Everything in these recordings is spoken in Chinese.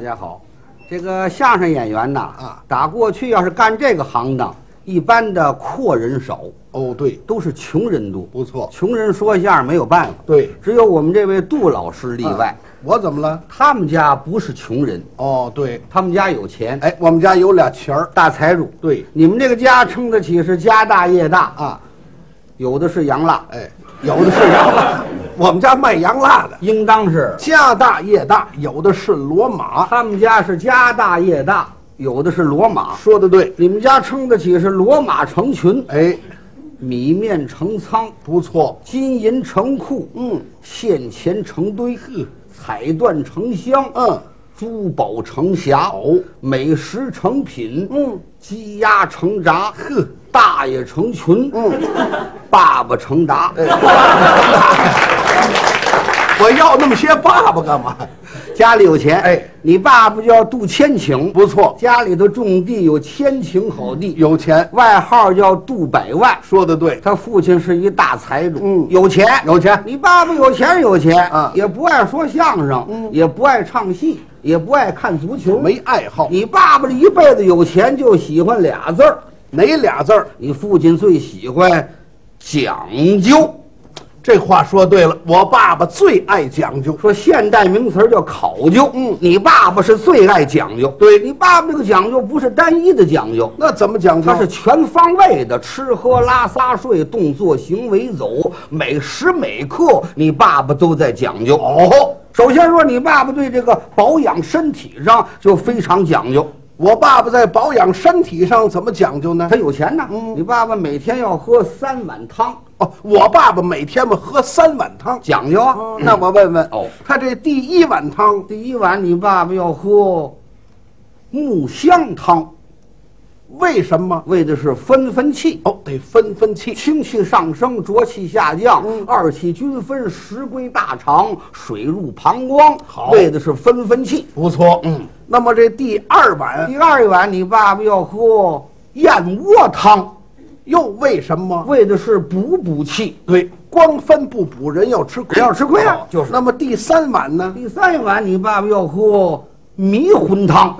家好。这个相声演员呐，啊打过去要是干这个行当，一般的阔人少，哦，对，都是穷人多。不错，穷人说相声没有办法，对，只有我们这位杜老师例外。啊我怎么了？他们家不是穷人，哦，对，他们家有钱，哎，我们家有俩钱儿，大财主。对，你们这个家撑得起是家大业大，啊，有的是洋蜡，哎，有的是洋蜡， 我们家卖洋蜡的，应当是家大业大，有的是骡马，他们家是家大业大，有的是骡马。说的对，你们家撑得起是骡马成群，哎，米面成仓，不错，金银成库，嗯，现钱成堆，呵彩缎成箱，嗯，珠宝成匣，哦美食成品，嗯，鸡鸭成闸，呵，大爷成群，嗯，爸爸成达，哎我要那么些爸爸干嘛？ 家里有钱，哎，你爸不叫杜千顷，不错，家里头种地有千顷好地，有钱，外号叫杜百万。说的对，他父亲是一大财主，嗯有钱，有钱你爸爸有钱是有钱啊也不爱说相声，也不爱唱戏，也不爱看足球。嗯没，爱好，你爸爸这一辈子有钱就喜欢俩字儿，哪俩字儿？你父亲最喜欢讲究。这话说对了，我爸爸最爱讲究，说现代名词儿叫考究，嗯，你爸爸是最爱讲究，对嗯你爸爸这个讲究不是单一的讲究，那怎么讲究？他是全方位的，吃喝拉撒睡，动作行为走，每时每刻你爸爸都在讲究。哦，首先说，你爸爸对这个保养身体上就非常讲究。我爸爸在保养身体上怎么讲究呢他？有钱呢，你爸爸每天要喝三碗汤，哦，我爸爸每天嘛喝三碗汤。讲究啊。那我问问，哦，他这第一碗汤第一碗，你爸爸要喝木香汤，为什么？为的是分分气，哦，得分分气。清气上升，浊气下降，嗯二气均分，食归大肠，水入膀胱，好为的是分分气。不错，嗯。那么这第二碗第二碗，你爸爸要喝燕窝汤，又为什么？为的是补补气。对，光分不补，人要吃亏，人要吃亏啊哦就是那么第三碗呢？第三碗，你爸爸要喝迷魂汤，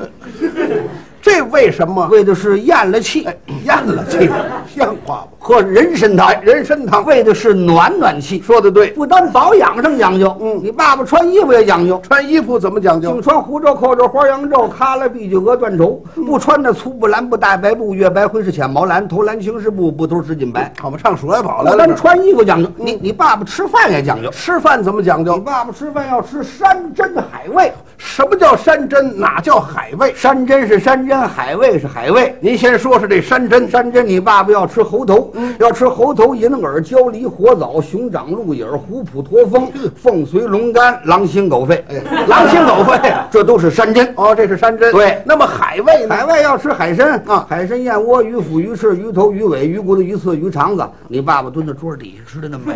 这为什么？为的是咽了气；哎，咽了气， 像话不？喝人参汤，人参汤为的是暖暖气。说的对，不单保养上讲究，嗯你爸爸穿衣服也讲究，穿衣服怎么讲究净？穿胡诌、扣诌、花羊皱、卡拉、碧九鹅、缎绸，嗯不穿那粗布蓝布、大白布、月白灰是浅毛蓝，头蓝青是布，不头是锦白。好嘛，唱《鼠来宝》来不了这单儿。穿衣服讲究，你你爸爸吃饭也讲究。吃饭怎么讲究你？爸爸吃饭要吃山珍海味，什么叫山珍？哪叫海味？山珍是山珍，海味是海味。您先说说这山珍，嗯山珍，你爸爸要吃猴头，要吃猴头、银耳、焦梨、火枣、熊掌、鹿眼、虎脯、驼峰、凤髓、龙肝、狼心、狗肺，哎狼心狗肺啊！这都是山珍。哦，这是山珍。对那么海味呢？海外要吃海参啊海参、燕窝、鱼腹、鱼翅、鱼头、鱼尾、鱼骨头、鱼刺、鱼肠子。你爸爸蹲在桌底下吃的那么美，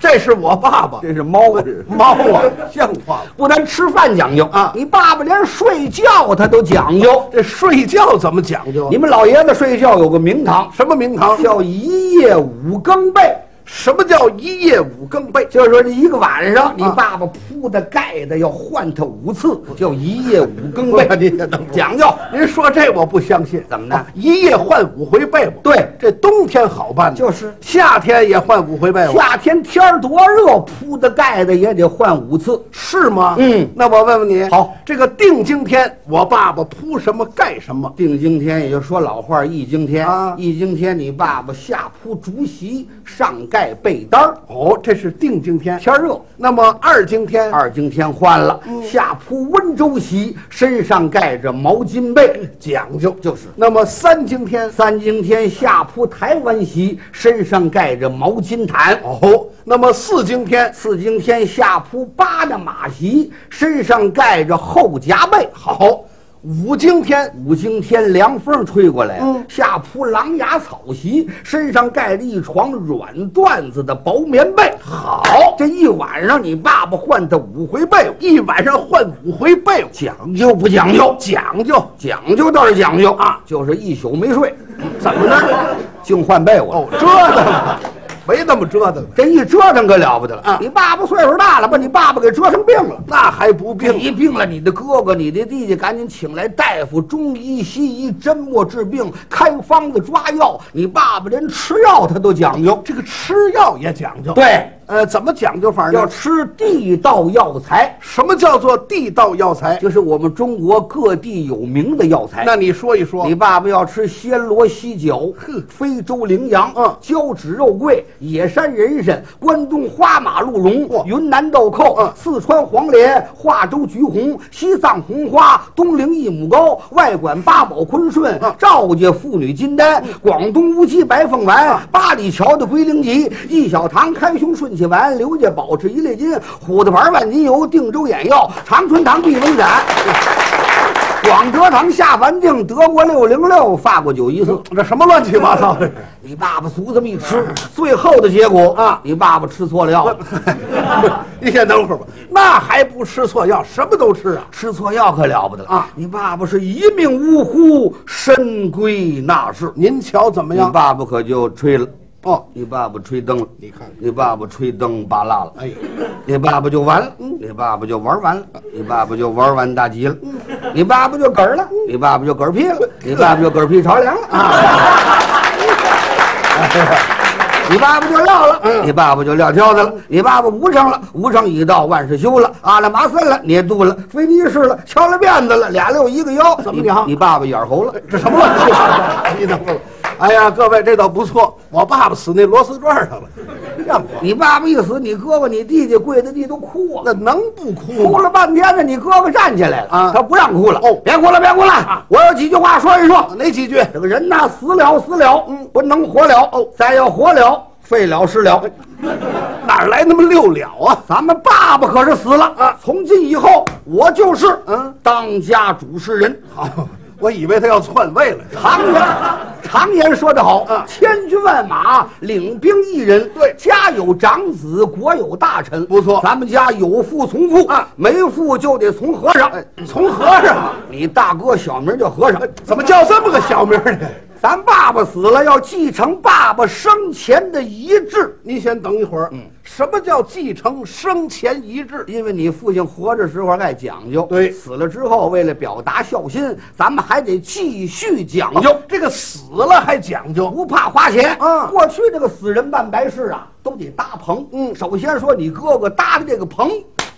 这是我爸爸，这是猫啊！猫 啊，像话吗？不单吃饭讲究啊你爸爸连睡觉他都讲究。这睡觉怎么讲究啊？你们老爷子睡觉有个名堂，什么名堂？叫一夜五更被。什么叫一夜五更被？就是说，这一个晚上，啊你爸爸铺的盖的要换他五次，叫一夜五更被 不是您先等会，儿讲究。您说这我不相信，怎么呢哦一夜换五回被窝。对这冬天好办呢，就是夏天也换五回被窝，夏天天儿多热，铺的盖的也得换五次。是吗？嗯那我问问你，好，这个定经天，我爸爸铺什么盖什么？定经天，也就说老话易经天啊易经天，你爸爸下铺竹席，上盖被单儿。哦，这是定经天。天儿热，那么二经天，二更天换了，嗯下铺温州席，身上盖着毛巾被。讲究就是那么三经天，三更天下铺台湾席，身上盖着毛巾毯。哦，那么四经天，四更天下铺八的马席，身上盖着厚夹被。好，五经天，五更天凉风吹过来，嗯下铺狼牙草席，身上盖着一床软缎子的薄棉被。好，这一晚上你爸爸换他五回被窝，一晚上换五回被窝，讲究不讲究？讲究讲究倒是讲究啊，就是一宿没睡，怎么呢？净换被窝。哦，这呢，没那么折腾的，这一折腾可了不得了啊你爸爸岁数大了，把你爸爸给折腾病了。那还不病？啊你病了，你的哥哥、你的弟弟赶紧请来大夫，中医、西医、针墨治病，开方子抓药。你爸爸连吃药他都讲究，这个吃药也讲究。，对，呃，怎么讲究法要呢？吃地道药材，什么叫做地道药材？就是我们中国各地有名的药材。那你说一说你，爸爸要吃暹罗犀角，哼非洲羚羊，嗯交趾肉桂，野山人参，关东花马鹿嚯茸，云南豆蔻，嗯四川黄连，化州橘红，西藏红花，东陵益母膏，外管八宝坤顺，嗯赵家妇女金丹，广东乌鸡白凤嗯丸，八里桥的龟苓集，一小堂开胸顺气丸，刘家保持一类金，虎子牌万金油，定州眼药，长春堂避瘟散。广德堂下凡定，德国六零六，法国九一四。这什么乱七八糟的？ 你爸爸俗这么一吃，最后的结果啊你爸爸吃错了 药了，你先等会儿吧，那还不吃错药？什么都吃啊？吃错药可了不得了啊你爸爸是一命呜呼，深闺纳仕。您瞧怎么你样？爸爸可就吹了，哦，你爸爸吹灯了，你看看你爸爸吹灯拔蜡了，哎嗯呀，你爸爸就完了，你爸爸就玩完了，你爸爸就玩完大吉了，嗯你爸爸就嗝儿了，你爸爸就嗝儿屁了，你爸爸就嗝儿屁朝凉了 啊！你爸爸就撂了，嗯你爸爸就撂挑子了，你爸爸无常了，无常已到万事休了，阿拉麻森了，捏肚了，飞的士了，敲了辫子了，俩六一个腰，怎么讲你爸爸眼猴了，这什么乱七八糟的？你等会儿吧。哎呀，各位，这倒不错。我爸爸死那螺丝转上了，让我你爸爸一死，你哥哥你弟弟跪在地都哭啊。那能不哭哭吗？了半天呢，你哥哥站起来了啊他不让哭了。哦啊别哭了，别哭了，我有几句话说一说。哪几句？这个人呐，死了死了，嗯，不能活了哦，咱要活了，废了失了。哦哪来那么六了啊？咱们爸爸可是死了啊从今以后，我就是嗯当家主持人。好，啊 我以为他要篡位了。常言，常言说得好，啊千军万马，领兵一人。对，家有长子，国有大臣。不错咱们家有父从父啊没父就得从和尚。从和尚你大哥小名叫和尚，哎怎么叫这么个小名呢？咱爸爸死了要继承爸爸生前的遗志，您先等一会儿。嗯，什么叫继承生前遗志？因为你父亲活着时候爱讲究，对死了之后为了表达孝心，咱们还得继续讲究，这个死了还讲究？不怕花钱。嗯过去这个死人办白事啊，都得搭棚。嗯首先说你哥哥搭的这个棚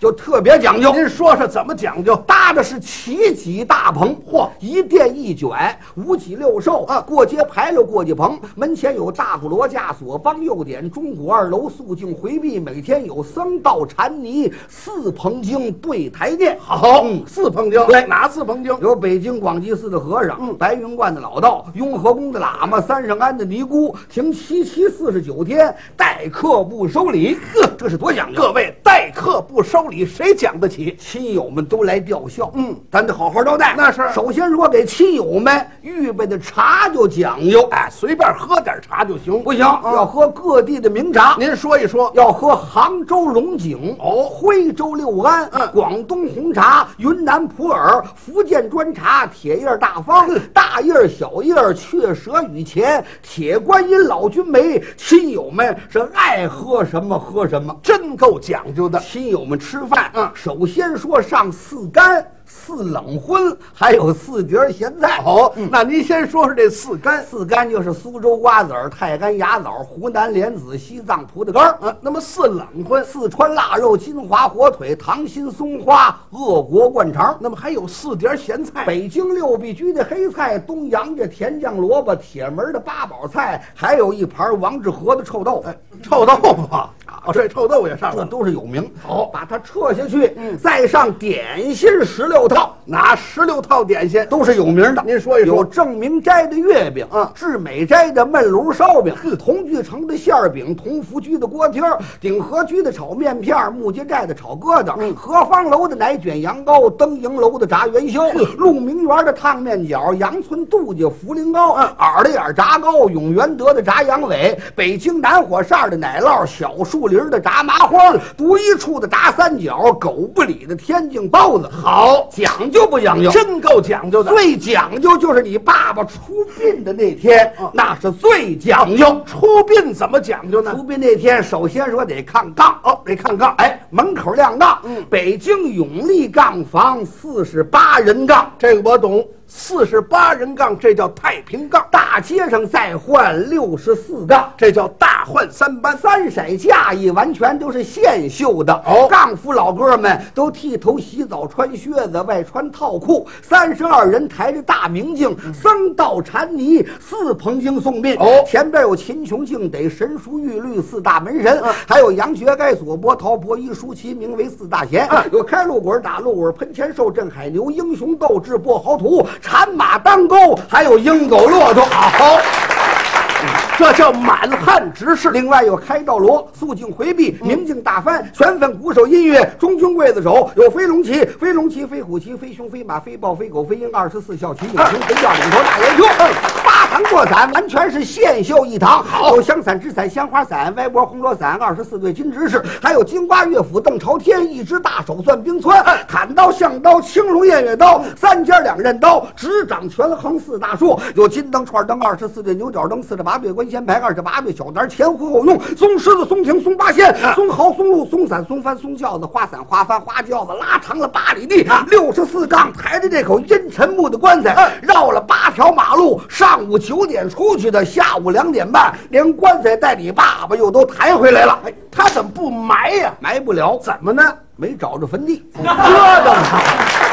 就特别讲究，您说说怎么讲究？搭的是齐脊大棚，嚯，一殿一卷，五脊六兽嗯啊，过街排溜过街棚，门前有大鼓锣架锁，帮右点钟鼓二楼肃静回避，每天有僧道禅尼四棚经对台念。好，四棚经。对哪四棚经？有北京广济寺的和尚，白云观的老道，雍和宫的喇嘛，三圣庵的尼姑，停七七四十九天，待客不收礼，呵，这是多讲究！各位待客不收礼，谁讲得起？亲友们都来吊孝，嗯，咱得好好招待。那是首先说给亲友们预备的茶就讲究，哎，随便喝点茶就行。啊不行，要喝各地的名茶，您说一说，要喝杭州龙井、哦徽州六安、嗯广东红茶、云南普洱、福建砖茶、铁叶大方、嗯大叶儿小叶儿、雀舌雨前、铁观音、老君梅，亲友们是爱喝什么喝什么。真够讲究的。亲友们吃饭，嗯首先说上四干、四冷荤，还有四碟咸菜。好，那您先说说这四干。嗯四干就是苏州瓜子儿、泰干牙枣、湖南莲子、西藏葡萄干儿。啊，那么四冷荤，嗯四川腊肉、金华火腿、糖心松花、鄂国灌肠，那么还有四碟咸菜。北京六必居的黑菜、东阳的甜酱萝卜、铁门的八宝菜，还有一盘王致和的臭豆腐。嗯哎，臭豆腐啊，哦，这臭豆腐也上这来了，都是有名，好，把它撤下去，再上点心十六套，拿十六套点心，都是有名的。您说一说有正明斋的月饼，嗯致美斋的焖炉烧饼，同聚城的馅儿饼，同福居的锅贴儿，鼎和居的炒面片儿，木街寨的炒疙瘩，嗯何方楼的奶卷羊羔，登营楼的炸元宵，鹿鸣园的烫面饺，杨村杜家茯苓糕，嗯耳朵眼儿炸糕，永源德的炸羊尾，北京南火扇儿的奶酪，小树林。林儿的炸麻花儿，独一处的炸三角，狗不理的天津包子，好，讲究不讲究？真够讲究的。最讲究就是你爸爸出殡的那天，那是最讲究。出殡怎么讲究呢出？殡那天，首先说得看杠哦，得看杠。哎，门口亮杠。北京永利杠房四十八人杠，这个我懂，四十八人杠，这叫太平杠，大街上再换六十四杠。这叫大换三班。三色嫁衣完全都是现绣的哦杠夫老哥们都剃头、洗澡、穿靴子，外穿套裤。三十二人抬着大明镜，僧道禅尼四捧经送殡。哦前边有秦琼、敬德、神书玉律四大门神，还有杨学该、左伯、陶伯、一舒淇，名为四大贤。有开路滚、打路滚、喷钱兽、镇海牛、英雄斗志、破豪图、产马当钩，还有鹰狗骆驼。啊好。这叫满汉执事，另外有开道锣、肃静回避、明镜大幡、旋粉鼓手音乐、中军刽子手，有飞龙旗、飞龙旗、飞虎旗、飞熊、飞马、飞豹、飞狗、飞鹰二十四孝旗，影雄神教领头大元凶。八堂过伞完全是现绣一堂，好有香伞、纸伞、香花伞、歪脖红罗伞，二十四对金执事，还有金瓜乐府、邓朝天，一只大手攥冰川，砍刀、象刀、青龙偃月刀，三尖两刃刀，执掌权衡四大术，有金灯、串灯、二十四对牛角灯、四十八对关仙牌、二十八对小篮、前呼后弄、松狮子、松亭、松八仙、松毫、松露、松伞、松帆、松轿子、花伞、花帆、花轿子，拉长了八里地，六十四杠抬着这口阴沉木的棺材，绕了八条马路，上午九点出去的，下午两点半，连棺材带你爸爸又都抬回来了，哎他怎么不埋呀、埋不了，怎么呢？没找着坟地。折腾他！